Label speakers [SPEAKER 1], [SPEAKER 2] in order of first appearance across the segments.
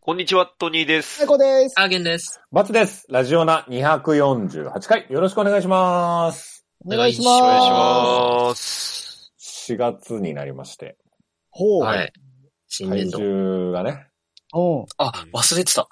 [SPEAKER 1] こんにちは、トニーです。
[SPEAKER 2] 最高です。
[SPEAKER 3] アーゲンです。
[SPEAKER 4] バツです。ラジオナ248回、よろしくお願いします。
[SPEAKER 2] お願いします。
[SPEAKER 3] お
[SPEAKER 1] お願
[SPEAKER 3] 願いし
[SPEAKER 1] いしま す。
[SPEAKER 4] 4月になりまして、
[SPEAKER 2] ほう。
[SPEAKER 3] は。い。新
[SPEAKER 4] 体
[SPEAKER 3] 年度。
[SPEAKER 4] 重がね、
[SPEAKER 2] うん。
[SPEAKER 3] あ、忘れてた。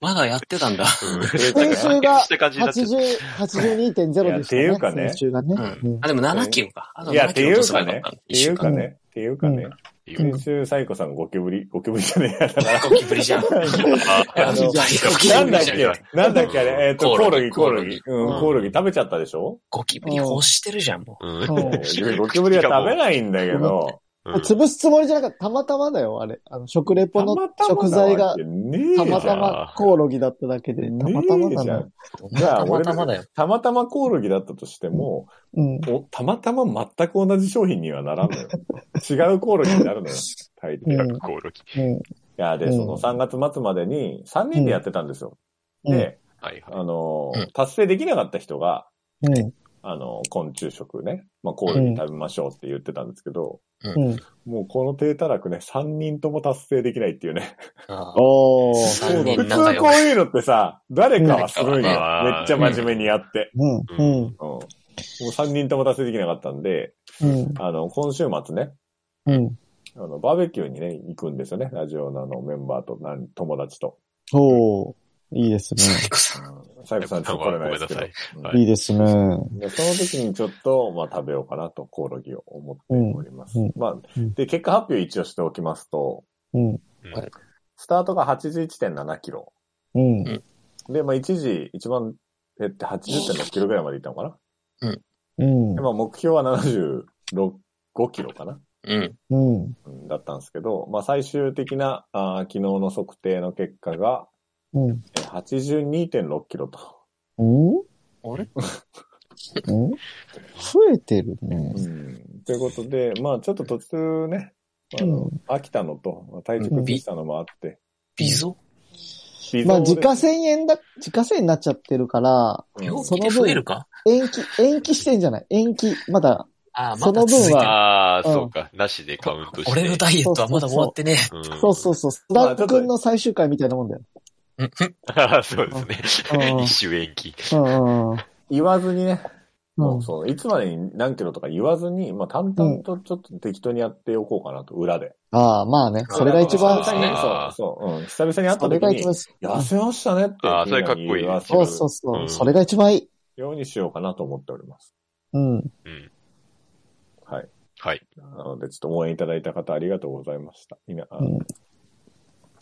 [SPEAKER 3] まだやってたんだ。
[SPEAKER 2] 先 週が
[SPEAKER 1] って感じになっちゃった。
[SPEAKER 2] 80、82.0でしたね。
[SPEAKER 4] いやっていうかね
[SPEAKER 2] 先週がね。
[SPEAKER 3] うん。あ、でも7キロか。あと
[SPEAKER 4] いや、っ
[SPEAKER 3] 7
[SPEAKER 4] て
[SPEAKER 3] キ
[SPEAKER 4] い
[SPEAKER 3] ロ落
[SPEAKER 4] う
[SPEAKER 3] とせば
[SPEAKER 4] か
[SPEAKER 3] よか
[SPEAKER 4] ね
[SPEAKER 3] った。、
[SPEAKER 4] っていうか
[SPEAKER 2] う
[SPEAKER 4] ね、っていうかね、
[SPEAKER 1] うん
[SPEAKER 4] 先週サイコさんゴキブリ、ゴキブリじゃねえや
[SPEAKER 3] ゴキブリじゃん。
[SPEAKER 4] あの
[SPEAKER 3] ゴキ
[SPEAKER 4] な
[SPEAKER 3] ブ
[SPEAKER 4] んだ
[SPEAKER 3] リ
[SPEAKER 4] っ
[SPEAKER 3] じゃん。
[SPEAKER 4] けなんだっけあれえっと、
[SPEAKER 3] コ
[SPEAKER 4] コ
[SPEAKER 3] オロ
[SPEAKER 4] オロ
[SPEAKER 3] ギ
[SPEAKER 4] ギ、コオロギ。うん
[SPEAKER 2] うん、
[SPEAKER 4] コオロギ食べちゃったでしょ
[SPEAKER 3] ゴキブリ欲してるじゃん、も
[SPEAKER 1] うん
[SPEAKER 2] う
[SPEAKER 4] そ
[SPEAKER 2] ん
[SPEAKER 4] うゴキブリは食べないんだけど、
[SPEAKER 1] うん
[SPEAKER 2] 潰すつもりじゃなかった。たまたまだよ、あれ。あの、食レポの食材が、
[SPEAKER 4] た
[SPEAKER 2] た
[SPEAKER 4] ま
[SPEAKER 2] ま
[SPEAKER 4] たま
[SPEAKER 2] た
[SPEAKER 4] なわ
[SPEAKER 2] まコオロギだっただけ
[SPEAKER 4] け
[SPEAKER 2] で、
[SPEAKER 4] ねえ
[SPEAKER 2] たまたまな
[SPEAKER 4] ねえじゃ
[SPEAKER 2] の
[SPEAKER 4] ん
[SPEAKER 2] よ。
[SPEAKER 3] う。
[SPEAKER 4] じゃあ
[SPEAKER 3] たまたまだよ。
[SPEAKER 4] たまたまコオロギだったとしても、
[SPEAKER 2] うん。
[SPEAKER 4] おたまたま全く同じ商品にはなら んのよ。違うコオロギになるのよ。大抵。
[SPEAKER 2] う
[SPEAKER 4] い
[SPEAKER 2] ん
[SPEAKER 1] コオロギ。
[SPEAKER 2] うん。
[SPEAKER 4] や、で、
[SPEAKER 2] うん
[SPEAKER 4] その3月末までに3人でやってたんですよ。
[SPEAKER 2] うん
[SPEAKER 4] で、
[SPEAKER 1] はいはい。
[SPEAKER 4] あのー
[SPEAKER 3] うん
[SPEAKER 4] 達成できなかった人が、
[SPEAKER 2] うん。
[SPEAKER 4] あのー昆虫食ね、まあ、コオロギ食べましょうって言ってたんですけど、
[SPEAKER 2] うん。
[SPEAKER 4] もうこの低たらくね、3人とも達成できないっていうね。
[SPEAKER 3] あー
[SPEAKER 2] お
[SPEAKER 3] ー残念
[SPEAKER 4] 普
[SPEAKER 3] なんか
[SPEAKER 4] 通
[SPEAKER 3] よ
[SPEAKER 4] こういうのってさ、誰かはするんよ。めっ
[SPEAKER 3] 誰
[SPEAKER 1] かはね
[SPEAKER 4] ちゃ真面目にやって。
[SPEAKER 2] うん。うん。
[SPEAKER 4] うん。もう3人とも達成できなかったんで、
[SPEAKER 2] うん。
[SPEAKER 4] あの、今週末ね、
[SPEAKER 2] うん。
[SPEAKER 4] あの、バーベキューにね、行くんですよね。ラジオのあのメンバーと、なん友達と。
[SPEAKER 2] ほう。いいですね。
[SPEAKER 3] 最後さん。
[SPEAKER 4] うん。最後さんちょっと来れないですけ
[SPEAKER 1] ご
[SPEAKER 4] ど
[SPEAKER 1] めんな。はい
[SPEAKER 2] いいですね。
[SPEAKER 4] でその時にちょっと、まあ、食べようかなと、コオロギを思っております。
[SPEAKER 2] うんうん
[SPEAKER 4] まあ
[SPEAKER 2] うん、
[SPEAKER 4] で、結果発表一応しておきますと、
[SPEAKER 2] うん。
[SPEAKER 4] スタートが81.7キロ。
[SPEAKER 2] うん。
[SPEAKER 4] で、まあ、一時、一番減って80.6キロぐらいまでいったのかな。
[SPEAKER 2] うん
[SPEAKER 4] で、。まあ、目標は76、5キロかな。
[SPEAKER 3] うん。
[SPEAKER 2] うん。
[SPEAKER 4] うんだったんですけど、まあ、最終的な、あー昨日の測定の結果が、
[SPEAKER 2] うん。
[SPEAKER 4] え82.6キロと。
[SPEAKER 2] うん
[SPEAKER 3] あれ
[SPEAKER 2] うん増えてるね。
[SPEAKER 4] うんということで、まあちょっと途中ね、あの、飽きたのと、体重崩したのもあって。
[SPEAKER 3] 微増
[SPEAKER 4] 微
[SPEAKER 2] まあ、
[SPEAKER 4] 増で
[SPEAKER 2] 自家製円だ、自家製になっちゃってるから、
[SPEAKER 3] 病
[SPEAKER 2] そ
[SPEAKER 3] 気
[SPEAKER 2] の
[SPEAKER 3] で
[SPEAKER 2] 分
[SPEAKER 3] 増えるか
[SPEAKER 2] 延期、延期してんじゃない延期、まだ、
[SPEAKER 3] あー
[SPEAKER 2] そ
[SPEAKER 3] ま
[SPEAKER 2] の分
[SPEAKER 3] だ
[SPEAKER 2] は
[SPEAKER 3] 続いてる。
[SPEAKER 1] ああ、
[SPEAKER 2] うん
[SPEAKER 1] そうか。なしでカウントして。
[SPEAKER 3] 俺のダイエットはまだ終わってね
[SPEAKER 1] うん
[SPEAKER 2] そうそうそう、ス
[SPEAKER 4] ま
[SPEAKER 2] ラ
[SPEAKER 4] あ
[SPEAKER 2] ック君の最終回みたいなもんだよ。
[SPEAKER 3] え。うんうん
[SPEAKER 1] あーそうです
[SPEAKER 2] う
[SPEAKER 1] ね。
[SPEAKER 2] ん
[SPEAKER 1] 一周延期。
[SPEAKER 2] うんうん
[SPEAKER 4] 言わずにね、
[SPEAKER 2] うん。
[SPEAKER 4] もうそう、いつまでに何キロとか言わずに、まあ淡々とちょっと適当にやっておこうかなと、裏で。
[SPEAKER 2] ああ、まあね、それが一番、
[SPEAKER 4] 久
[SPEAKER 2] そ
[SPEAKER 4] 々に
[SPEAKER 1] あ
[SPEAKER 4] ね
[SPEAKER 1] ー
[SPEAKER 4] そう、そう、うん。久々に会った
[SPEAKER 2] れ
[SPEAKER 4] 時
[SPEAKER 2] が一
[SPEAKER 4] に
[SPEAKER 2] 番、、
[SPEAKER 4] 痩せましたねって。
[SPEAKER 1] あーそれかっこいい
[SPEAKER 4] みんなに言わせ
[SPEAKER 2] そ
[SPEAKER 4] る
[SPEAKER 2] うそうそうう、
[SPEAKER 1] ん
[SPEAKER 2] それが一番いい。
[SPEAKER 4] ようにしようかなと思っております。
[SPEAKER 2] う
[SPEAKER 1] う
[SPEAKER 2] ん。
[SPEAKER 1] ん。
[SPEAKER 4] はい。
[SPEAKER 1] はい。
[SPEAKER 4] なので、ちょっと応援いただいた方ありがとうございました。みんな、あ
[SPEAKER 2] うん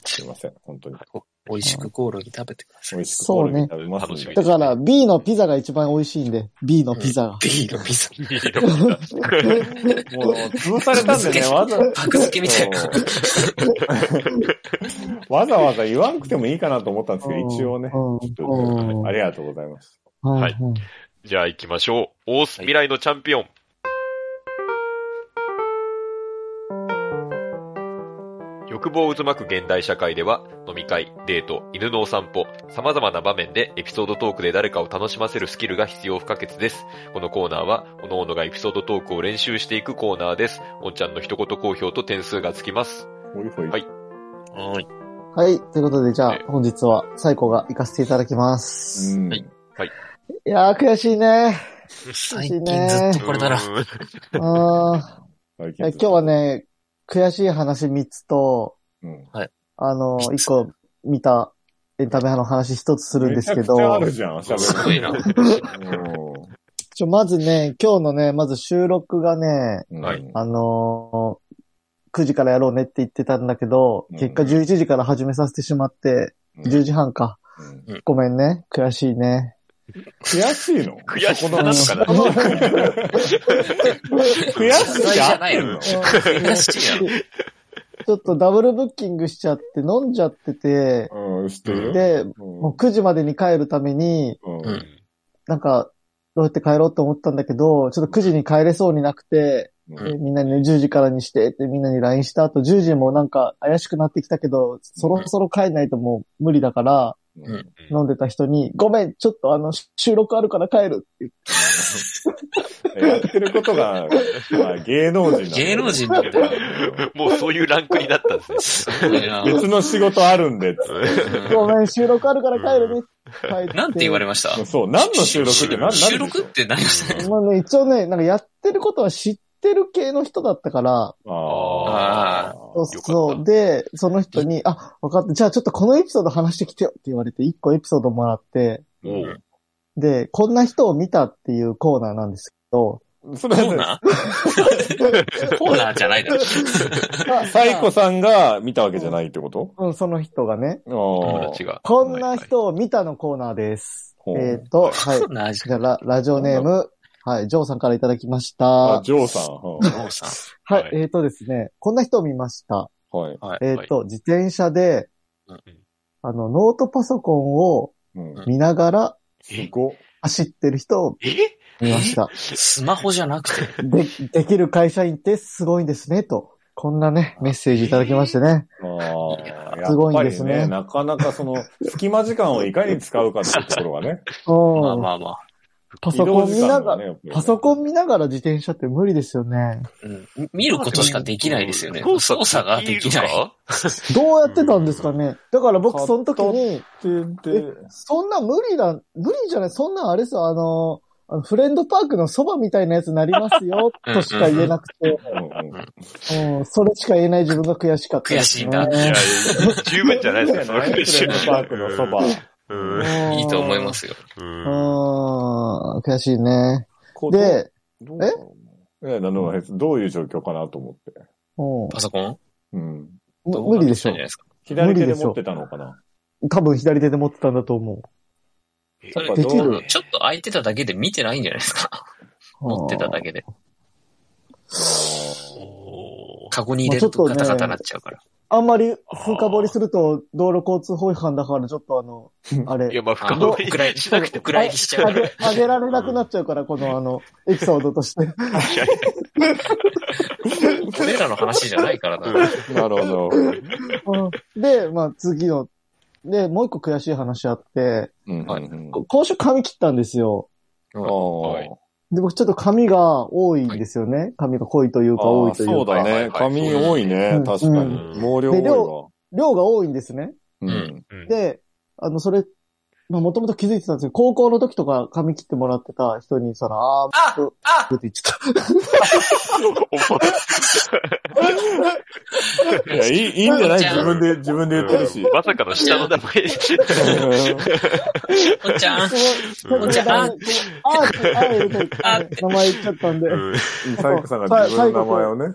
[SPEAKER 4] すいません、本当に。
[SPEAKER 3] 美味しくコオロギ食べてくださ
[SPEAKER 4] 美
[SPEAKER 3] い。
[SPEAKER 4] 味しくコオロギ食べますん
[SPEAKER 1] そうね楽しみで
[SPEAKER 4] で
[SPEAKER 2] だから、B のピザが一番美味しいんで、B のピザが。
[SPEAKER 3] ビーの微増。
[SPEAKER 4] もう、潰され たんでね、わざ、
[SPEAKER 3] 格付けみたいな
[SPEAKER 4] そう わざわざ言わんくてもいいかなと思ったんですけど、一応ね。
[SPEAKER 2] うんうん
[SPEAKER 4] ありがとうございます。
[SPEAKER 2] はい
[SPEAKER 1] じゃあ行きましょう。オース未来のチャンピオン。欲望を渦巻く現代社会では、飲み会、デート、犬のお散歩、様々な場面でエピソードトークで誰かを楽しませるスキルが必要不可欠です。このコーナーは、各々がエピソードトークを練習していくコーナーです。おんちゃんの一言好評と点数がつきます。
[SPEAKER 4] ほいほい。
[SPEAKER 1] はい
[SPEAKER 3] はい。
[SPEAKER 2] はい。ということで、じゃ
[SPEAKER 1] は
[SPEAKER 2] あ
[SPEAKER 1] い、
[SPEAKER 2] 本日は、サイコが行かせていただきます。
[SPEAKER 4] うん
[SPEAKER 3] はい
[SPEAKER 2] いやー、悔しいね。 悔
[SPEAKER 3] 最
[SPEAKER 2] しい
[SPEAKER 3] 近
[SPEAKER 2] ね
[SPEAKER 3] ずっとこれだな
[SPEAKER 1] う。ーん
[SPEAKER 2] あ
[SPEAKER 4] 最近
[SPEAKER 2] ーえ今日はね、悔しい話3つと、
[SPEAKER 4] うん
[SPEAKER 2] あの、
[SPEAKER 3] 3つ
[SPEAKER 2] 1個見たエンタメ派の話1つするんですけ
[SPEAKER 4] めちゃくちゃあ
[SPEAKER 2] ど
[SPEAKER 4] る、じゃん、喋る。
[SPEAKER 3] すごいな。
[SPEAKER 2] ちょまずね、今日のね、まず収録がね、
[SPEAKER 4] うん。
[SPEAKER 1] は
[SPEAKER 4] はいい。
[SPEAKER 2] あのー9時からやろうねって言ってたんだけど、
[SPEAKER 4] うん
[SPEAKER 2] 結果11時から始めさせてしまって、10時半か。
[SPEAKER 4] うん
[SPEAKER 2] ごめんね。悔しいね。
[SPEAKER 4] 悔しいの
[SPEAKER 1] 悔しいな
[SPEAKER 2] うん
[SPEAKER 1] のかな
[SPEAKER 4] 悔しいってあってんの
[SPEAKER 3] 悔しいな。
[SPEAKER 2] ちょっとダブルブッキングしちゃって飲んじゃってて、
[SPEAKER 4] うん、知ってるよ。
[SPEAKER 2] で、
[SPEAKER 4] うん
[SPEAKER 2] もう9時までに帰るために、
[SPEAKER 4] うん
[SPEAKER 3] う
[SPEAKER 1] うんん
[SPEAKER 2] なんか、どうやって帰ろうと思ったんだけど、ちょっと9時に帰れそうになくて、
[SPEAKER 4] うん
[SPEAKER 2] でみんなにね10時からにしてってみんなに LINE した後、10時もなんか怪しくなってきたけど、そろそろ帰んないともう無理だから、
[SPEAKER 4] うん
[SPEAKER 2] 飲んでた人に、ごめん、ちょっとあの、収録あるから帰るって言って
[SPEAKER 4] やってることが、まあ、芸能人なん で
[SPEAKER 3] 芸能人なんだよ
[SPEAKER 1] もうそういうランクになったんですね。
[SPEAKER 3] す ごいな。
[SPEAKER 4] 別の仕事あるんでっつっ
[SPEAKER 2] ごめん、収録あるから帰るね。帰って
[SPEAKER 3] なんて言われました
[SPEAKER 4] て。そう、何の収録って何、何
[SPEAKER 3] 収録って 何ですか
[SPEAKER 2] まあね、一応ね、なんかやってることは知ってる系の人だったから、
[SPEAKER 1] あ
[SPEAKER 3] あ
[SPEAKER 2] そう
[SPEAKER 1] よかった
[SPEAKER 2] そう。で、その人に、あ、分かった。じゃあちょっとこのエピソード話してきてよって言われて、一個エピソードもらって、
[SPEAKER 1] おう
[SPEAKER 2] で、こんな人を見たっていうコーナーなんですけど、
[SPEAKER 4] そ
[SPEAKER 3] コ
[SPEAKER 4] れ
[SPEAKER 3] ーナーコーナーじゃないだろ。
[SPEAKER 2] まあ
[SPEAKER 4] サイコさんが見たわけじゃないってこと
[SPEAKER 2] うん、その人がね、
[SPEAKER 1] 友
[SPEAKER 4] あ
[SPEAKER 1] 達が。
[SPEAKER 2] こんな人を見たのコーナーです。
[SPEAKER 4] はいはい
[SPEAKER 2] えっ、と、はい
[SPEAKER 3] コ。ーナーじ
[SPEAKER 2] じゃあラ、ラジオネーム、はい、ジョーさんからいただきました。
[SPEAKER 4] あ
[SPEAKER 2] は。
[SPEAKER 4] ジョーさん。
[SPEAKER 3] ゃ
[SPEAKER 4] うん
[SPEAKER 3] ん。さん。
[SPEAKER 1] はい
[SPEAKER 2] い、えっ、とですね、こんな人を見ました。
[SPEAKER 4] はい。
[SPEAKER 3] はい。
[SPEAKER 2] えっ、と、自転車で、
[SPEAKER 3] うん
[SPEAKER 2] あの、ノートパソコンを
[SPEAKER 4] うん。
[SPEAKER 2] 見ながら
[SPEAKER 4] すごっ。
[SPEAKER 2] 走ってる人を
[SPEAKER 1] え
[SPEAKER 2] 見ました。
[SPEAKER 3] スマホじゃなくて。
[SPEAKER 2] で、できる会社員ってすごいんですね、と。こんなね、メッセージいただきましてね。
[SPEAKER 4] ああ、
[SPEAKER 2] すごいんですね
[SPEAKER 4] やっぱりなかなかその、隙間時間をいかに使うかっていうところがね。
[SPEAKER 2] うん。
[SPEAKER 3] まあまあまあ。
[SPEAKER 2] パソコン見な
[SPEAKER 4] 移動時間
[SPEAKER 2] がら、
[SPEAKER 4] がねやっぱりね
[SPEAKER 2] パソコン見ながら自転車って無理ですよね。
[SPEAKER 3] うん見ることしかできないですよね。
[SPEAKER 1] 動
[SPEAKER 3] 操作ができない。
[SPEAKER 1] か
[SPEAKER 2] どうやってたんですかね。だから僕その時に、
[SPEAKER 4] って言って
[SPEAKER 2] そんな無理だ、無理じゃない、そんなあれさ、あの、あのフレンドパークのそばみたいなやつになりますよ、としか言えなくて、
[SPEAKER 4] うんうん
[SPEAKER 2] うん、それしか言えない自分が悔しかった、
[SPEAKER 3] 悔しいなっ
[SPEAKER 1] いや
[SPEAKER 2] ね。、。
[SPEAKER 1] 十分じゃないですか、
[SPEAKER 4] フレンドパークのそば。
[SPEAKER 1] うん。
[SPEAKER 3] いいと思いますすよ。
[SPEAKER 1] うん。
[SPEAKER 2] うん、悔しいね。
[SPEAKER 4] こう、
[SPEAKER 2] で、
[SPEAKER 4] どう、ええ、なのはどういう状況かなと思って。
[SPEAKER 2] うん
[SPEAKER 3] パソコン
[SPEAKER 4] うん。
[SPEAKER 2] む無理でしょ
[SPEAKER 3] どうなってたんじゃないすか
[SPEAKER 4] 左手で持ってたのかな
[SPEAKER 2] 多分左手で持ってたんだと思う。
[SPEAKER 3] それ
[SPEAKER 4] できる
[SPEAKER 3] ちょっと空いてただけで見てないんじゃないですか。持ってただけで。
[SPEAKER 1] おー
[SPEAKER 3] カゴに入れると
[SPEAKER 2] まあちょっと
[SPEAKER 3] ガ
[SPEAKER 2] ね
[SPEAKER 3] タガタなっちゃうから。
[SPEAKER 2] あんまり深掘りすると道路交通法違反だからちょっとあの、あ
[SPEAKER 1] い
[SPEAKER 2] れ
[SPEAKER 1] や、。まあ、
[SPEAKER 3] あ
[SPEAKER 1] 深
[SPEAKER 3] の、
[SPEAKER 1] 掘
[SPEAKER 3] お
[SPEAKER 1] り
[SPEAKER 3] 蔵入り、
[SPEAKER 1] しなくて
[SPEAKER 3] お蔵入りしちゃ
[SPEAKER 2] あ
[SPEAKER 3] うから。
[SPEAKER 2] げ、あげられなくなっちゃうから、このあの、エピソードとして。
[SPEAKER 1] もいやい
[SPEAKER 3] 俺らの話じゃないから
[SPEAKER 1] や
[SPEAKER 3] な。
[SPEAKER 4] なるほど。
[SPEAKER 2] うんで、まあ次の、で、もう一個悔しい話あって、
[SPEAKER 4] うん。
[SPEAKER 3] はい
[SPEAKER 2] こ今週髪切ったんですよ。
[SPEAKER 4] あ
[SPEAKER 1] はい
[SPEAKER 4] ー
[SPEAKER 2] で、僕ちょっと髪が多いんですよね。髪が濃いという
[SPEAKER 4] あ
[SPEAKER 2] か多い
[SPEAKER 4] ー。
[SPEAKER 2] とい
[SPEAKER 4] そうう
[SPEAKER 2] か。
[SPEAKER 4] だ
[SPEAKER 1] はいはい
[SPEAKER 4] ね。髪多いね
[SPEAKER 2] うん。
[SPEAKER 4] 確か
[SPEAKER 1] う
[SPEAKER 4] に。
[SPEAKER 1] ん
[SPEAKER 4] 毛量多
[SPEAKER 2] 量が多いんですね。
[SPEAKER 4] いわ。うん。
[SPEAKER 1] うん
[SPEAKER 2] で、あの、それ、まあ、もともと気づいてたんですけど、高校の時とか髪切ってもらってた人に、その、あー、
[SPEAKER 3] ああ
[SPEAKER 2] って言っちゃった。
[SPEAKER 4] いや、いい、いいんじゃない自分で、自分で言ってるし。
[SPEAKER 1] まさかの下の名前。
[SPEAKER 3] おっちゃん
[SPEAKER 2] すごい
[SPEAKER 3] お茶あ
[SPEAKER 2] あー
[SPEAKER 3] ー
[SPEAKER 2] って、あー入れといて
[SPEAKER 3] あーって
[SPEAKER 2] 名前言っちゃったんで。
[SPEAKER 1] うん
[SPEAKER 4] サイコさんが自分の名前をね。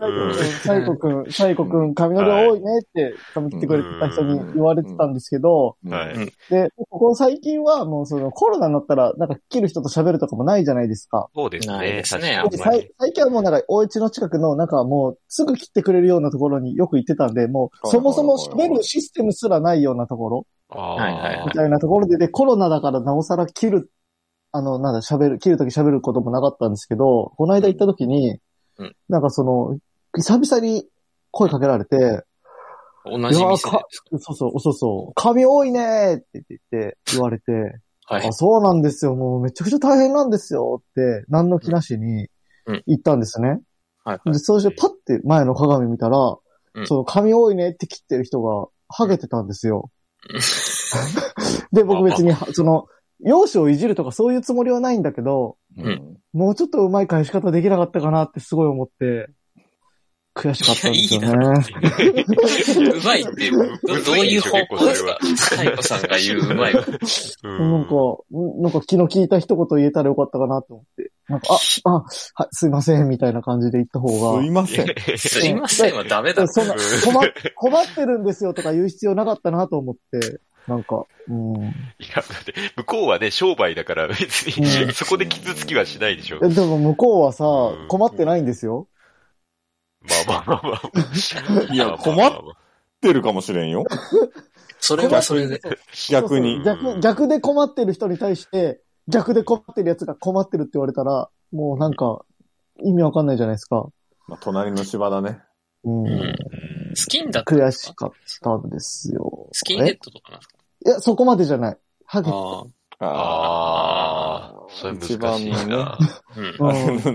[SPEAKER 2] サイコくん、サイコくん、髪の量多いねって、髪切ってくれてた人に言われてたんですけど、
[SPEAKER 4] うん
[SPEAKER 1] はい。
[SPEAKER 2] で、ここ最近はもうそのコロナになったら、なんか切る人と喋るとかもないじゃないですか。
[SPEAKER 1] そうです
[SPEAKER 3] ない
[SPEAKER 1] ね。
[SPEAKER 3] ですね
[SPEAKER 1] 確
[SPEAKER 2] で
[SPEAKER 1] かに
[SPEAKER 2] さい最近はもうなんか、お家の近くの、なんかもう、すぐ切ってくれるようなところによく行ってたんで、もう、
[SPEAKER 4] はい
[SPEAKER 2] そ
[SPEAKER 4] はいは
[SPEAKER 2] も
[SPEAKER 4] い
[SPEAKER 2] そも喋るシステムすらないようなところ、
[SPEAKER 1] あ
[SPEAKER 3] はいはいは
[SPEAKER 1] ー
[SPEAKER 2] みたいなところで、で、コロナだからなおさら切る、あの、なんだ、喋る、切るとき喋ることもなかったんですけど、この間行ったときに
[SPEAKER 3] うん、
[SPEAKER 2] なんかその、久々に声かけられて、
[SPEAKER 3] 同じ店でですか
[SPEAKER 2] そうそう、そうそう、髪多いねーって言って、言われて、
[SPEAKER 3] はい
[SPEAKER 2] あ、。そうなんですよ。もうめちゃくちゃ大変なんですよって、何の気なしに
[SPEAKER 3] うん
[SPEAKER 2] 行ったんですね。
[SPEAKER 3] はい
[SPEAKER 2] で、そうしてパッて前の鏡見たら、
[SPEAKER 3] ん
[SPEAKER 2] その髪多いねって切ってる人が、ハゲてたんです よ。で、僕別に、その、容姿をいじるとかそういうつもりはないんだけど、
[SPEAKER 4] うん
[SPEAKER 2] もうちょっとうまい返し方できなかったかなってすごい思って、悔しかったんですよ
[SPEAKER 3] いやい
[SPEAKER 2] ね。
[SPEAKER 3] うまいって、どどういう方向ですかサイコさんが言ううまいは。
[SPEAKER 2] なんか、うんなんか気の利いた一言言えたらよかったかなと思って。なんか、あ、あ、はい、すいません、みたいな感じで言った方
[SPEAKER 4] す
[SPEAKER 2] が
[SPEAKER 4] い。ません。
[SPEAKER 3] すいませんはダメだろ。
[SPEAKER 2] そんな、困っ、困ってるんですよとか言う必要なかったなと思って。なんか、うん。
[SPEAKER 1] いや、だって、向こうはね、商売だから別
[SPEAKER 2] う
[SPEAKER 1] に、
[SPEAKER 2] ん
[SPEAKER 1] そこで傷つきはしないでしょ。
[SPEAKER 2] えでも向こうはさ
[SPEAKER 1] うん、
[SPEAKER 2] 困ってないんですよ。
[SPEAKER 1] まあまあまあまあ。
[SPEAKER 4] いや困っってるかもしれんよ。
[SPEAKER 3] それはそれで。
[SPEAKER 4] 逆に
[SPEAKER 2] そうそう逆、逆で困ってる人に対して、逆で困ってる奴が困ってるって言われたら、もうなんか、意味わかんないじゃないですか。
[SPEAKER 4] まあ、隣の芝だね。
[SPEAKER 2] うん。
[SPEAKER 3] うんスキンだったんで
[SPEAKER 2] 悔
[SPEAKER 3] す
[SPEAKER 2] しかったんですよ。
[SPEAKER 3] スキンヘッドとかなんですか
[SPEAKER 2] えいや、そこまでじゃない。ハゲ
[SPEAKER 3] あ
[SPEAKER 4] あ
[SPEAKER 1] ああ。それ難しい
[SPEAKER 4] 一
[SPEAKER 1] な
[SPEAKER 4] 番。
[SPEAKER 3] うん。
[SPEAKER 2] う
[SPEAKER 4] なんるほ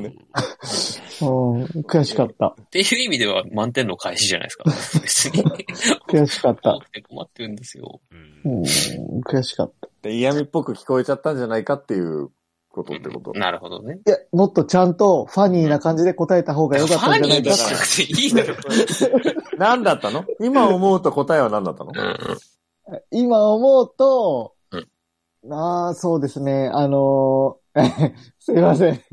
[SPEAKER 4] どね。
[SPEAKER 2] うん、悔しかった。
[SPEAKER 3] っていう意味では満点の返しじゃないですか。別に。
[SPEAKER 2] 悔しかった
[SPEAKER 3] 多。くて困ってるんですよ。
[SPEAKER 1] うん
[SPEAKER 2] うん、悔しかった。
[SPEAKER 4] で嫌味っぽく聞こえちゃったんじゃないかっていうことってこと。
[SPEAKER 3] なるほどね。
[SPEAKER 2] いや、もっとちゃんとファニーな感じで答えた方
[SPEAKER 3] フ
[SPEAKER 2] が良かったん
[SPEAKER 3] ァ
[SPEAKER 2] じゃ
[SPEAKER 3] ニ
[SPEAKER 2] な
[SPEAKER 3] ー
[SPEAKER 2] い
[SPEAKER 3] に
[SPEAKER 2] かっ
[SPEAKER 3] してなくていいだろ。
[SPEAKER 4] 何だったの今思うと答えは何だ ったの
[SPEAKER 3] うん。
[SPEAKER 2] 今思うと、
[SPEAKER 3] うん
[SPEAKER 2] ああ、そうですね、あのー すいません。で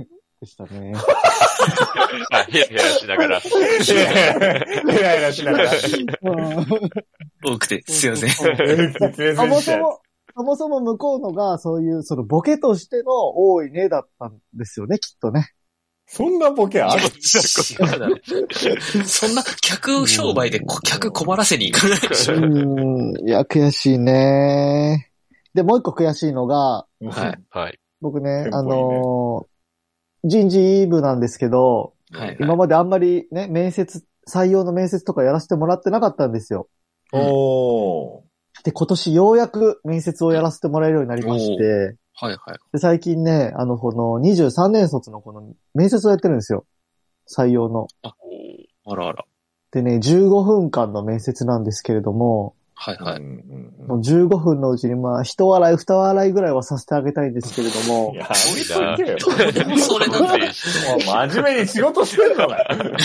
[SPEAKER 2] したね。
[SPEAKER 1] あ、ヘラヘラしながら。
[SPEAKER 4] いライラしなが ら。
[SPEAKER 2] うん
[SPEAKER 3] 多くて、すいません。
[SPEAKER 2] そもそも、そもそも向こうのが、そういう、そのボケとしての多いねだったんですよね、きっとね。
[SPEAKER 4] そんなボケある
[SPEAKER 3] そんな客商売でこ客困らせに行かないでし
[SPEAKER 2] う
[SPEAKER 3] ょ。
[SPEAKER 2] ん、いや、悔しいね。で、もう一個悔しいのが、
[SPEAKER 3] はい。
[SPEAKER 1] はい。
[SPEAKER 2] 僕ね
[SPEAKER 4] テンポいいね、
[SPEAKER 2] あのー人事部なんですけど、
[SPEAKER 3] はいはい。
[SPEAKER 2] 今まであんまりね、面接、採用の面接とかやらせてもらってなかったんですよ。
[SPEAKER 4] おー。
[SPEAKER 2] で、今年ようやく面接をやらせてもらえるようになりまして、
[SPEAKER 3] はいはい。
[SPEAKER 2] で最近ね、あの、この23年卒のこの面接をやってるんですよ。採用の。
[SPEAKER 3] あ、あらあら。
[SPEAKER 2] でね、15分間の面接なんですけれども、
[SPEAKER 3] はいはい。
[SPEAKER 4] うんうん
[SPEAKER 2] もう15分のうちにまあ、一笑い、二笑いぐらいはさせてあげたいんですけれど
[SPEAKER 4] うん
[SPEAKER 2] も
[SPEAKER 4] い、や、すげえ よ。
[SPEAKER 3] それなんだよ。
[SPEAKER 4] もう真面目に仕事してるのかよ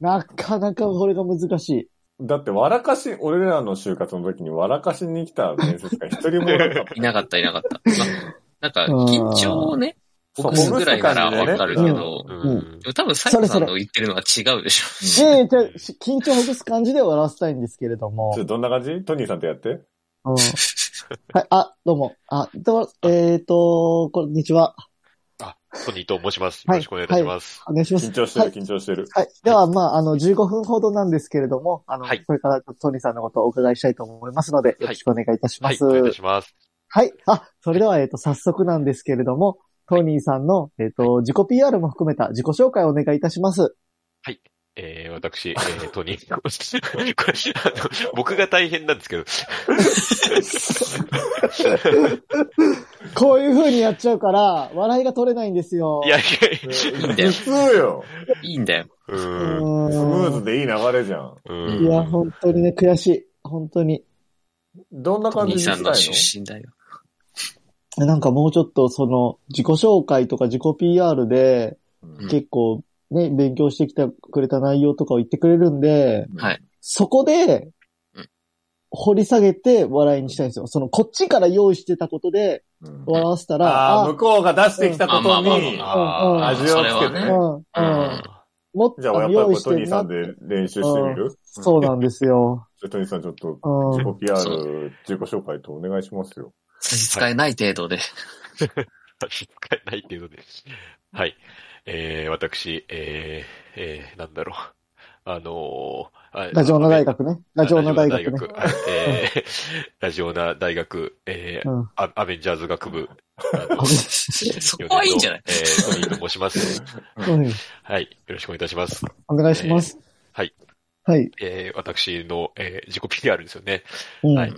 [SPEAKER 2] なかなかこれが難しい。
[SPEAKER 4] だって、わらかし、俺らの就活の時にわらかしに来た面接官一人もいなかった。
[SPEAKER 3] いなかったいなか った。まあなんか、緊張をね、
[SPEAKER 4] そう
[SPEAKER 3] ほぐすぐらいならわかるけ
[SPEAKER 2] ほぐす
[SPEAKER 3] ど、
[SPEAKER 1] う。
[SPEAKER 2] うん
[SPEAKER 3] でも多分、サイコさんの言ってるのは違うでしょ。
[SPEAKER 2] ええじゃあし緊張ほぐす感じで笑わせたいんですけれども
[SPEAKER 4] ちょ、。どんな感じトニーさんとやって。
[SPEAKER 2] うんはい、あ、どうも。あ、どうえっ、と、こんにちは。
[SPEAKER 1] ソニーと申します。よろしくお願いいたします。
[SPEAKER 2] お願いします
[SPEAKER 4] 緊。張してる、緊張してる。
[SPEAKER 2] はい。では、まあ、あの、15分ほどなんですけれども、あの、
[SPEAKER 1] はい
[SPEAKER 2] これからちょっとトニーさんのことをお伺いしたいと思いますので、よろしくお願いいたし
[SPEAKER 1] は
[SPEAKER 2] ま
[SPEAKER 1] い、
[SPEAKER 2] す。
[SPEAKER 1] お
[SPEAKER 2] は
[SPEAKER 1] 願いい
[SPEAKER 2] い
[SPEAKER 1] た。します。
[SPEAKER 2] あ、それでは、えっ、と、早速なんですけれども、トニーさんの、えっ、と、自己 PR も含めた自己紹介をお願いいたします。
[SPEAKER 1] えー、私、えー、トニー。 これ、あの、僕が大変なんですけど。
[SPEAKER 2] こういう風にやっちゃうから、笑いが取れないんですよ。
[SPEAKER 1] いやい
[SPEAKER 3] いいんだよ
[SPEAKER 4] 普通よ。
[SPEAKER 3] いいんだよ。
[SPEAKER 1] や、う
[SPEAKER 2] う
[SPEAKER 1] ーん。
[SPEAKER 2] ーん
[SPEAKER 4] スムーズでいい流れじゃん。
[SPEAKER 1] うん
[SPEAKER 2] いや、本当にね、悔しい。本当に。
[SPEAKER 4] どんな
[SPEAKER 3] お
[SPEAKER 4] 感じ
[SPEAKER 3] 兄
[SPEAKER 4] にした
[SPEAKER 3] さ
[SPEAKER 4] い
[SPEAKER 3] ん
[SPEAKER 4] の
[SPEAKER 3] の出身だよ。
[SPEAKER 2] なんかもうちょっとその自己紹介とか自己 PR で
[SPEAKER 4] うん
[SPEAKER 2] 結構ね、勉強してきてくれた内容とかを言ってくれるんで、
[SPEAKER 3] はい。
[SPEAKER 2] そこで
[SPEAKER 3] うん
[SPEAKER 2] 掘り下げて笑いにしたいんですよ。そのこっちから用意してたことで
[SPEAKER 4] うん
[SPEAKER 2] 笑わせたら、
[SPEAKER 4] ああ、向こうが出してきたこ
[SPEAKER 3] まあま
[SPEAKER 4] と
[SPEAKER 3] あまあ
[SPEAKER 4] に
[SPEAKER 3] ま、
[SPEAKER 2] うん
[SPEAKER 1] あ
[SPEAKER 4] 味をつけ
[SPEAKER 3] それ
[SPEAKER 4] て
[SPEAKER 3] は
[SPEAKER 4] ね
[SPEAKER 3] ね。
[SPEAKER 2] うん、うん。もっ
[SPEAKER 4] じゃあ、
[SPEAKER 2] とあ
[SPEAKER 4] や
[SPEAKER 2] の用
[SPEAKER 4] っぱり
[SPEAKER 2] 意
[SPEAKER 4] これ
[SPEAKER 2] し
[SPEAKER 4] ト
[SPEAKER 2] て
[SPEAKER 4] ニー
[SPEAKER 2] る
[SPEAKER 4] さ。
[SPEAKER 2] なん
[SPEAKER 4] で練習してみる
[SPEAKER 2] そうなんです よ。
[SPEAKER 4] じゃあトニーさんちょっと、
[SPEAKER 2] うん
[SPEAKER 4] 自。己 PR 自己紹介とお願いしますよ。
[SPEAKER 3] 差し支えない程 度で。
[SPEAKER 1] 使えないっていうので。はい。えー、私、えー、えー、なんだろう。あのー、あ
[SPEAKER 2] ラジオの大。学ね。ラジオの大学ね。
[SPEAKER 1] あ。え ー、ラジオナ大学、えー、
[SPEAKER 2] うん。
[SPEAKER 1] アアベンジャーズ学部。あの
[SPEAKER 3] そこはいいんじゃない
[SPEAKER 1] えー、ソニーと申します。
[SPEAKER 2] うん
[SPEAKER 1] はい。よろしくお願いいたします。
[SPEAKER 2] お願いします。
[SPEAKER 1] はい。
[SPEAKER 2] はい。
[SPEAKER 1] えー、私の、えー、自己 PR ですよね。
[SPEAKER 2] うん
[SPEAKER 1] はい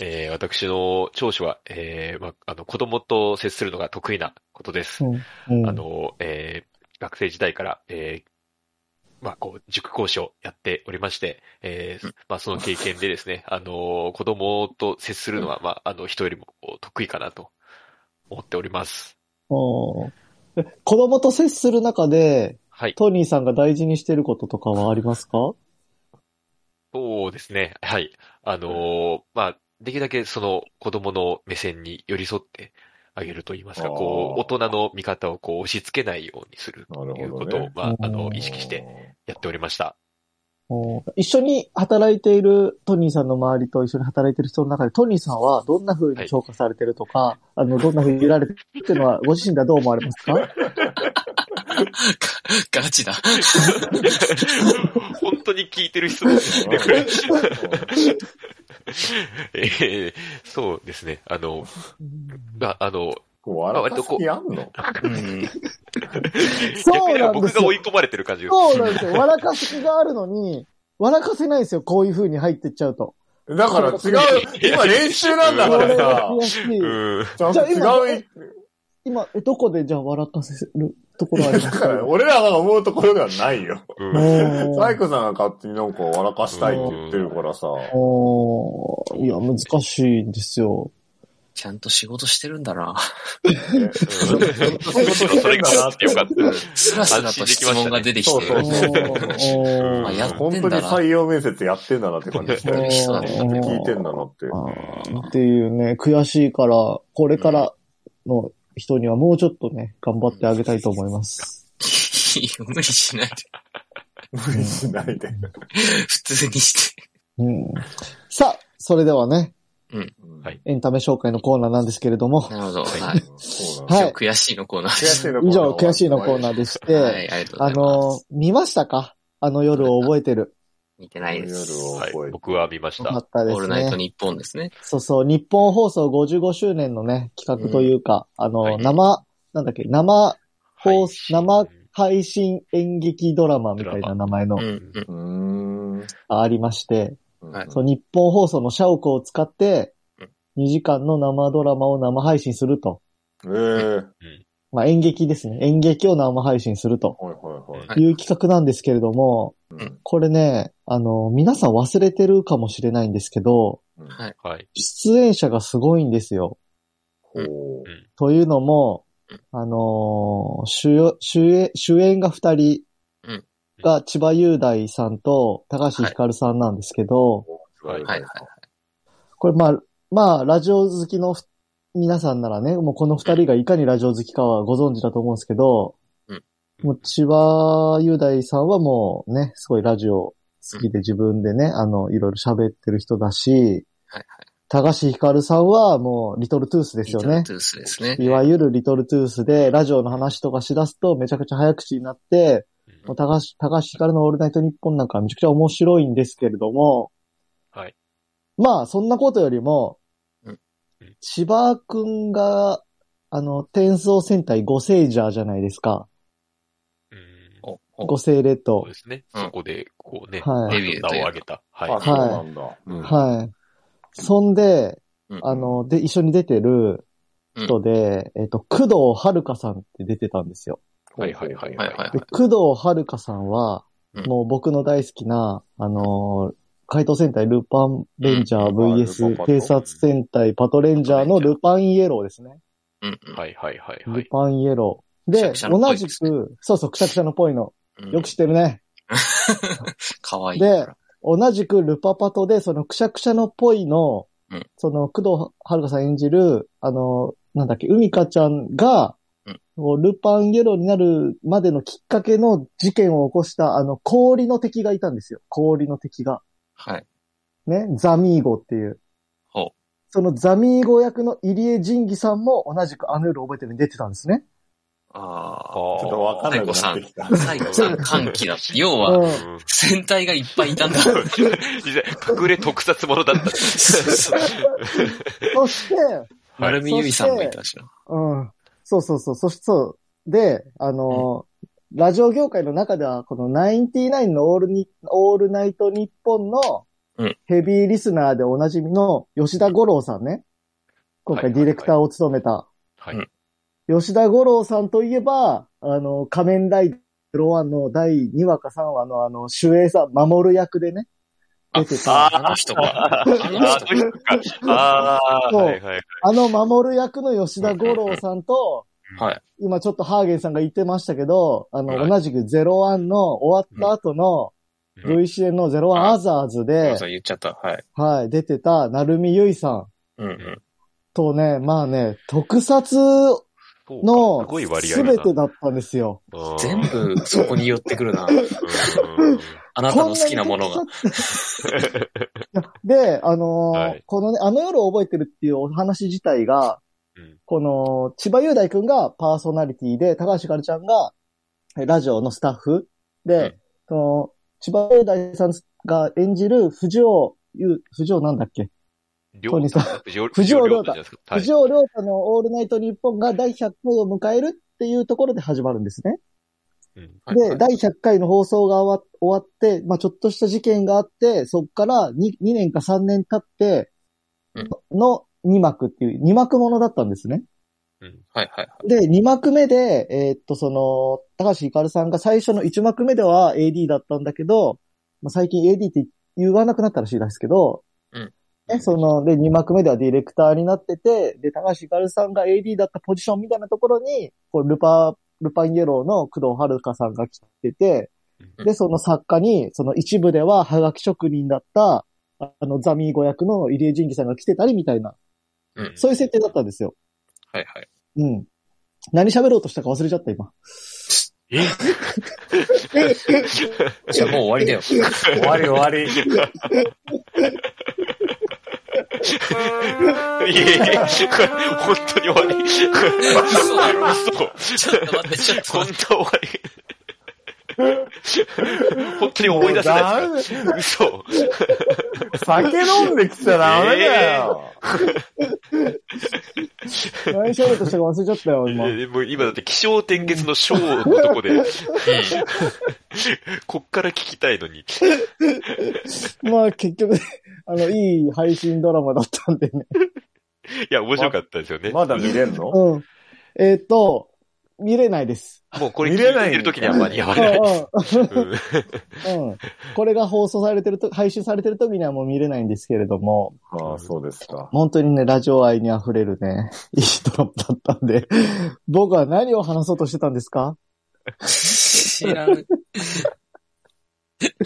[SPEAKER 1] えー、私の長所は、えー、まあ、あの、子供と接するのが得意なことです。
[SPEAKER 2] うんうん
[SPEAKER 1] あの、えー、学生時代から、えー、まあ、こう、塾講師をやっておりまして、えーまあ、その経験でですね、あの、子供と接するのは、まあ、あの、人よりもこう得意かなと思っております。
[SPEAKER 2] お子供と接する中で、
[SPEAKER 1] はい。
[SPEAKER 2] トニーさんが大事にしてることとかはありますか
[SPEAKER 1] そうですね。はい。あのーまあ、できるだけその子供の目線に寄り添ってあげると言いますか、
[SPEAKER 4] あー
[SPEAKER 1] こう、大人の見方をこう、押し付けないようにする
[SPEAKER 4] なるほど
[SPEAKER 1] と
[SPEAKER 4] ね
[SPEAKER 1] いうことを、まあ、あの
[SPEAKER 2] う、ん
[SPEAKER 1] 意識して。やっておりました。
[SPEAKER 2] お一緒に働いているトニーさんの周りと一緒に働いている人の中で、トニーさんはどんな風に評価されてるとか、あの、どんな風に見られてるっていうのは、ご自身ではどう思われますか
[SPEAKER 3] ガチだ。
[SPEAKER 1] 本当に聞いてる質問ですね、これ。えーそうですね。あの、まあ、あの、
[SPEAKER 4] こう笑かす気あんの
[SPEAKER 3] うん。
[SPEAKER 1] 逆
[SPEAKER 2] そ
[SPEAKER 1] に
[SPEAKER 2] う
[SPEAKER 1] なんか
[SPEAKER 2] なんで
[SPEAKER 1] 僕
[SPEAKER 2] す
[SPEAKER 1] が
[SPEAKER 2] よ
[SPEAKER 1] 追い。込まれてる感じが。
[SPEAKER 2] そうなんですよ。笑かす気があるのに、笑かせないですよ。こういう風に入ってっちゃうと。
[SPEAKER 4] だから違う、今練習なんだ
[SPEAKER 2] こ
[SPEAKER 4] か
[SPEAKER 2] れ
[SPEAKER 4] ら
[SPEAKER 2] は
[SPEAKER 4] さ。
[SPEAKER 2] 悔しい。
[SPEAKER 1] うん。
[SPEAKER 4] ちゃん
[SPEAKER 2] じゃあ今
[SPEAKER 4] と違う、
[SPEAKER 2] 今、えどこでじゃあ笑かせるところあります
[SPEAKER 4] だから俺らが思うところではないよ。
[SPEAKER 1] うん。
[SPEAKER 2] もう
[SPEAKER 4] サイコさんが勝手になんか笑かしたいって言ってるからさ。
[SPEAKER 2] もういや、難しいんですよ。
[SPEAKER 3] ちゃんと仕事してるんだな。
[SPEAKER 1] むしろそれがあってよかった。
[SPEAKER 3] スラスラと質問が出てき
[SPEAKER 4] そう
[SPEAKER 3] て。
[SPEAKER 4] そうそう
[SPEAKER 2] お
[SPEAKER 3] あ
[SPEAKER 2] ー
[SPEAKER 3] やってんだな
[SPEAKER 4] 本当に採用面接やってんだなって感じしたよね。
[SPEAKER 3] 人だね
[SPEAKER 4] 聞いてんだなって。
[SPEAKER 2] あーっていうね、悔しいから、これからの人にはもうちょっとね、頑張ってあげたいと思います。
[SPEAKER 3] 無理しないで。
[SPEAKER 4] 無理しないで。
[SPEAKER 3] 普通にして。
[SPEAKER 2] うん、さあ、それではね、
[SPEAKER 1] はい
[SPEAKER 2] エンタメ紹介のコーナーなんですけれども、
[SPEAKER 3] なるほど。
[SPEAKER 1] はい
[SPEAKER 3] はい。
[SPEAKER 4] そうなんだ
[SPEAKER 2] はい
[SPEAKER 3] 今日悔しいのコーナー
[SPEAKER 4] 悔
[SPEAKER 3] です。
[SPEAKER 4] しいのコーナー
[SPEAKER 2] 以上、悔しいのコーナーでして、
[SPEAKER 3] はい、ありがと
[SPEAKER 2] あ
[SPEAKER 3] うございま
[SPEAKER 2] の
[SPEAKER 3] す。、
[SPEAKER 2] 見ましたかあの夜を覚えてる。
[SPEAKER 3] 見てないです。
[SPEAKER 4] 夜を
[SPEAKER 1] はい。僕は見まし
[SPEAKER 2] よか
[SPEAKER 1] た。
[SPEAKER 2] った
[SPEAKER 3] オ
[SPEAKER 2] で
[SPEAKER 3] ー
[SPEAKER 2] す
[SPEAKER 3] ルナイト
[SPEAKER 2] ね。
[SPEAKER 3] ニッポンですね。
[SPEAKER 2] そうそう、日本放送55周年のね、企画というか、あの、
[SPEAKER 1] はい
[SPEAKER 2] 生、なんだっけ、生放
[SPEAKER 1] はい
[SPEAKER 2] 送、生配信演劇ドラマみたいな名前の
[SPEAKER 3] うん、うん。
[SPEAKER 4] うーん。
[SPEAKER 2] ありまして、
[SPEAKER 3] はい
[SPEAKER 2] そう、日本放送の社屋を使って
[SPEAKER 3] うん、
[SPEAKER 2] 2時間の生ドラマを生配信すると。
[SPEAKER 4] ええはい
[SPEAKER 2] まあ演劇ですね。演劇を生配信すると
[SPEAKER 4] はいはい。
[SPEAKER 1] はい
[SPEAKER 2] いう企画なんですけれども、
[SPEAKER 4] うん
[SPEAKER 2] これね、あの、皆さん忘れてるかもしれないんですけど、
[SPEAKER 3] はい。
[SPEAKER 1] はい。
[SPEAKER 2] 出演者がすごいんですよ。
[SPEAKER 4] ほう
[SPEAKER 2] というのも、あのー主要主演、主演が二人
[SPEAKER 3] うん
[SPEAKER 2] が千葉雄大さんと高橋ひかるさんなんですけど、
[SPEAKER 1] はい
[SPEAKER 3] はい。はい。
[SPEAKER 2] これまあ、まあ、ラジオ好きのふ皆さんならね、もうこの二人がいかにラジオ好きかはご存知だと思うんですけど、
[SPEAKER 3] うん
[SPEAKER 2] もう千葉雄大さんはもうね、すごいラジオ好きで自分でね、あの、いろいろ喋ってる人だし、
[SPEAKER 3] はい。
[SPEAKER 2] 高橋ひかるさんはもうリトルトゥースですよ
[SPEAKER 3] リ
[SPEAKER 2] ね
[SPEAKER 3] ト。ルトゥースですね。
[SPEAKER 2] いわゆるリトルトゥースで、ラジオの話とかしだすとめちゃくちゃ早口になって、もう高橋、高橋ひかるのオールナイトニッポンなんかめちゃくちゃ面白いんですけれども、
[SPEAKER 1] はい。
[SPEAKER 2] まあ、そんなことよりも
[SPEAKER 3] うん、
[SPEAKER 2] 千葉くんが、あの、転送戦隊ゴセイジャーじゃないですか。
[SPEAKER 1] うん
[SPEAKER 3] おお
[SPEAKER 2] ゴセイレッ
[SPEAKER 1] そ
[SPEAKER 2] ド
[SPEAKER 1] う。ですね。
[SPEAKER 3] うん
[SPEAKER 1] そこで、こうね、
[SPEAKER 2] はい
[SPEAKER 1] デビュー名を上げた。はい。
[SPEAKER 4] あ、そうなんだ。うん
[SPEAKER 2] はい。そんで、
[SPEAKER 3] うん
[SPEAKER 2] あの、で、一緒に出てる人で、えっと、工藤遥さんって出てたんですよ。
[SPEAKER 1] はいはいはい
[SPEAKER 3] はいはい
[SPEAKER 2] で、工藤遥さんは、
[SPEAKER 3] うん
[SPEAKER 2] もう僕の大好きな、あのー怪盗戦隊ルパンレンジャー
[SPEAKER 4] うんあル
[SPEAKER 2] VS
[SPEAKER 4] パンパト
[SPEAKER 2] 偵察戦隊パトレンジャーのルパンイエローですね。
[SPEAKER 3] うんうん。
[SPEAKER 1] はいはいはいは
[SPEAKER 2] ル
[SPEAKER 1] い。
[SPEAKER 2] パンイエロー。
[SPEAKER 3] くしゃ
[SPEAKER 2] で、
[SPEAKER 3] くしゃのっぽ
[SPEAKER 2] 同
[SPEAKER 3] い
[SPEAKER 2] じ
[SPEAKER 3] ですね
[SPEAKER 2] く、そうそう、くしゃくしゃのっぽいの。
[SPEAKER 3] うん
[SPEAKER 2] よく知ってるね。
[SPEAKER 3] かわいい。
[SPEAKER 2] で、同じくルパパトで、そのくしゃくしゃのっぽいの
[SPEAKER 3] うん、
[SPEAKER 2] その工藤遥さん演じる、あの、なんだっけ、海香ちゃんが
[SPEAKER 3] うん、
[SPEAKER 2] こうルパンイエローになるまでのきっかけの事件を起こした、あの、氷の敵がいたんですよ。氷の敵が。
[SPEAKER 3] はい。
[SPEAKER 2] ね、ザミーゴっていう。
[SPEAKER 3] ほう
[SPEAKER 2] そのザミーゴ役の入江仁義さんも同じくあの夜覚えてるに出てたんですね。
[SPEAKER 1] あ
[SPEAKER 3] あ
[SPEAKER 4] ちょっ
[SPEAKER 1] ー
[SPEAKER 4] とわかんなくなってきた
[SPEAKER 3] あ。。最後さ、歓喜だ って。要は、
[SPEAKER 2] うん
[SPEAKER 1] うん
[SPEAKER 3] 戦隊がいっぱいいた んだ。そう
[SPEAKER 1] 実際隠れ特撮ものだった。
[SPEAKER 3] そう
[SPEAKER 2] そして、
[SPEAKER 3] 丸見由美さんもいたしな。
[SPEAKER 2] うん。そうそうそう。そしてそう。で、あのーラジオ業界の中では、このナインティナインのオールに、オールナイトニッポンの
[SPEAKER 3] うん
[SPEAKER 2] ヘビーリスナーでおなじみの吉田五郎さんね。今
[SPEAKER 1] は
[SPEAKER 2] 回
[SPEAKER 1] いはい
[SPEAKER 2] デ
[SPEAKER 1] はい
[SPEAKER 2] ィレクターを務めた。
[SPEAKER 1] はい。
[SPEAKER 2] 吉田五郎さんといえば、あの、仮面ライダーロワンの第2話か3話のあの、主演さん、守る役でね、出てた。
[SPEAKER 3] あの人が。あ
[SPEAKER 1] あ
[SPEAKER 3] の人
[SPEAKER 1] の人か。ああ、
[SPEAKER 2] そう
[SPEAKER 1] はいはい。
[SPEAKER 2] あの守る役の吉田五郎さんと、
[SPEAKER 3] はい。
[SPEAKER 2] 今ちょっとハーゲンさんが言ってましたけど、あの、
[SPEAKER 1] はい
[SPEAKER 2] 同じくゼロワンの終わった後の、
[SPEAKER 1] うん
[SPEAKER 2] VCN のゼロワンアザーズで、
[SPEAKER 3] そう言っちゃった。はい。
[SPEAKER 2] はい、出てた、なるみゆいさん
[SPEAKER 3] うんうん。
[SPEAKER 2] とね、まあね、特撮の
[SPEAKER 1] すごい割合だ
[SPEAKER 2] すべてだったんですよ。
[SPEAKER 1] な。
[SPEAKER 3] 全部そこに寄ってくるな。
[SPEAKER 1] うん。
[SPEAKER 3] あなたの好きなもの
[SPEAKER 2] こ
[SPEAKER 3] が
[SPEAKER 2] ん。に特撮って。で、あのー
[SPEAKER 1] はい
[SPEAKER 2] このね、あの夜を覚えてるっていうお話自体が、
[SPEAKER 1] うん
[SPEAKER 2] この、千葉雄大くんがパーソナリティで、高橋ひかるちゃんが、えラジオのスタッフで、
[SPEAKER 3] うん
[SPEAKER 2] その、千葉雄大さんが演じる藤尾ゆ、藤尾なんだっけ、
[SPEAKER 1] りょ
[SPEAKER 2] トニーさん
[SPEAKER 1] 藤尾亮太じゃないですか。はい
[SPEAKER 2] 藤尾亮太のオールナイト日本が第100回を迎えるっていうところで始まるんですね。
[SPEAKER 1] うん。
[SPEAKER 3] はいは
[SPEAKER 2] で、
[SPEAKER 3] い
[SPEAKER 2] 第100回の放送が終わ終わって、まあ、ちょっとした事件があって、そっから 2, 2年か3年経って
[SPEAKER 3] うん
[SPEAKER 2] の2幕っていう、2幕ものだったんですね。
[SPEAKER 1] うん。
[SPEAKER 3] はいはい。
[SPEAKER 2] で、2幕目で、えーっと、その、高橋ひかるさんが最初の1幕目では AD だったんだけど、まあ、最近 AD って言わなくなったらしいですけど、
[SPEAKER 3] うん
[SPEAKER 2] ね、その、で、2幕目ではディレクターになってて、で、高橋ひかるさんが AD だったポジションみたいなところに、こう、ルパ、ルパンイエローの工藤遥さんが来てて、で、その作家に、その一部ではハガキ職人だった、あの、ザミー語役の入江仁義さんが来てたりみたいな、
[SPEAKER 3] うん
[SPEAKER 2] そういう設定だったんですよ。
[SPEAKER 3] はいはい。
[SPEAKER 2] うん。何喋ろうとしたか忘れちゃった、今。
[SPEAKER 1] え
[SPEAKER 3] じゃあもう終わりだよ。
[SPEAKER 4] 終わり終わり。
[SPEAKER 1] いやいやいや、これ本当に終わり。
[SPEAKER 3] 嘘だろ。
[SPEAKER 1] 嘘。
[SPEAKER 3] ちょっと待って、ちょっと
[SPEAKER 1] こん
[SPEAKER 3] 待
[SPEAKER 1] な
[SPEAKER 3] って。
[SPEAKER 1] 終わり。本当に思い出せないですか嘘。
[SPEAKER 4] 酒飲んできちゃダメだよ。
[SPEAKER 2] 何喋ろうとしたか忘れちゃっ たよ、今。
[SPEAKER 1] えーもう今だって気象転結の章のとこ で、 こっから聞きたいのに。
[SPEAKER 2] まあ、結局、 あの、いい配信ドラマだったんでね。
[SPEAKER 1] いや、面白かったですよね。
[SPEAKER 4] まだ見れんの
[SPEAKER 2] うん。えっ、と、見れないです。
[SPEAKER 1] もうこれ聞いてる時には間に合わ
[SPEAKER 2] うん
[SPEAKER 1] ない。うん
[SPEAKER 2] うん。うん。これが放送されてると、配信されてる時にはもう見れないんですけれども、
[SPEAKER 4] ああ、そうですか。
[SPEAKER 2] 本当にね、ラジオ愛に溢れるね、 いいドラマだったんで、僕は何を話そうとしてたんですか
[SPEAKER 3] 知らん。
[SPEAKER 2] あ
[SPEAKER 4] クイ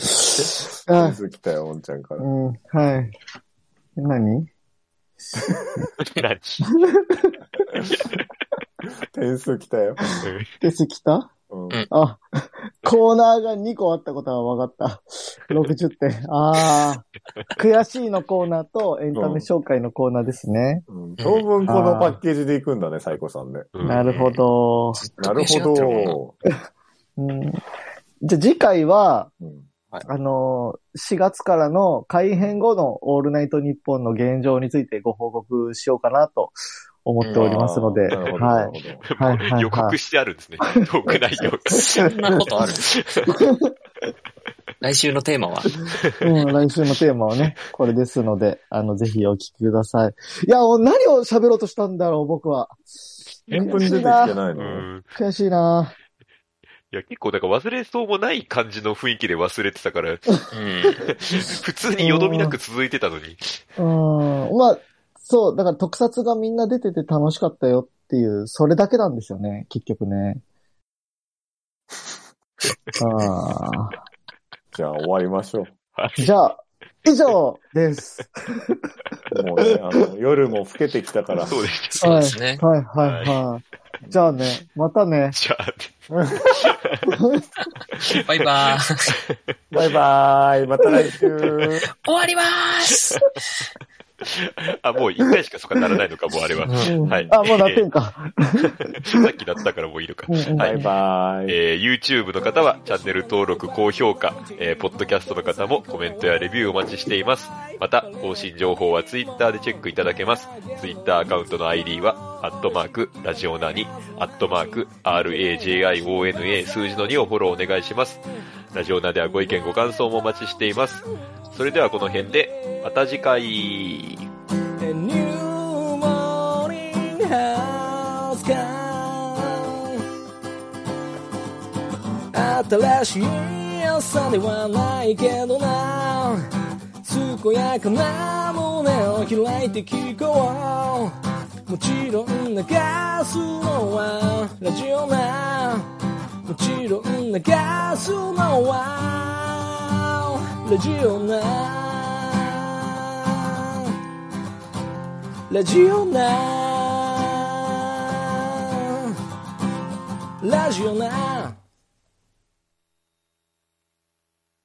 [SPEAKER 4] ズ来たよ、おんちゃんから
[SPEAKER 2] う。ん、はい。何
[SPEAKER 1] 何
[SPEAKER 4] 点数来たよ。
[SPEAKER 2] テス来た
[SPEAKER 4] うん
[SPEAKER 3] ん
[SPEAKER 2] あ、コーナーが2個あったことは分かった。60点。ああ、悔しいのコーナーとエンタメ紹介のコーナーですね。
[SPEAKER 4] うん当分このパッケージで行くんだね、サイコさんね。
[SPEAKER 1] うん
[SPEAKER 2] なるほど、
[SPEAKER 4] なるほど。
[SPEAKER 2] うん。じゃあ次回は、
[SPEAKER 4] うん
[SPEAKER 2] あのー、4月からの改編後のオールナイトニッポンの現状についてご報告しようかなと思っておりますので、
[SPEAKER 4] なるほど
[SPEAKER 2] はい。
[SPEAKER 4] なるほ
[SPEAKER 2] はいはいはい
[SPEAKER 1] 予告してあるん ですね。トーク内容が。
[SPEAKER 3] そんなことあ る来週のテーマは
[SPEAKER 2] うん、来週のテーマは ね、これですので、あの、ぜひお聞きください。いや、もう何を喋ろうとしたんだろう、僕は。
[SPEAKER 4] ど原文出てきてないの、
[SPEAKER 1] うん
[SPEAKER 2] 悔しいない
[SPEAKER 1] や、結構、だから忘れそうもない感じの雰囲気で忘れてたから、
[SPEAKER 3] うん。
[SPEAKER 1] 普通によどみなく続いてたのに。
[SPEAKER 2] うん。まあ、そう、だから特撮がみんな出てて楽しかったよっていう、それだけなんですよね、結局ね。 ああ。
[SPEAKER 4] じゃあ終わりましょ
[SPEAKER 2] じゃあ、以上です。
[SPEAKER 4] う。もうね、あの、夜も更けてきたから。
[SPEAKER 1] そうです。
[SPEAKER 3] そうですね。
[SPEAKER 2] はい、はい、はい。じゃあね、またね。
[SPEAKER 1] じゃあ、
[SPEAKER 3] バイバーイ。
[SPEAKER 4] バイバーイ。また来週。
[SPEAKER 3] 終わりまーす。
[SPEAKER 1] あ、もう一回しかそっかならないのか、もうあれは。
[SPEAKER 2] うん
[SPEAKER 1] はい
[SPEAKER 2] あ、もうなってんか。
[SPEAKER 1] さっきだったからもういいのか
[SPEAKER 2] う。んう
[SPEAKER 1] は
[SPEAKER 2] ん
[SPEAKER 4] バ
[SPEAKER 1] い
[SPEAKER 4] イバイ。
[SPEAKER 1] えー YouTube の方はチャンネル登録、高評価、えー、ポッドキャストの方もコメントやレビューお待ちしています。また、更新情報は Twitter でチェックいただけます。Twitter アカウントの ID は、アットマーク、ラジオナに、アットマーク、RAJIONA 数字の2をフォローお願いします。ラジオナではご意見ご感想もお待ちしています。それではこの辺で、また次回。
[SPEAKER 5] A new morning has come 新しい朝ではないけどな健やかな胸を開いて聞こうもちろん流すのはラジオなもちろん流すのはラジオなラジオなラジオな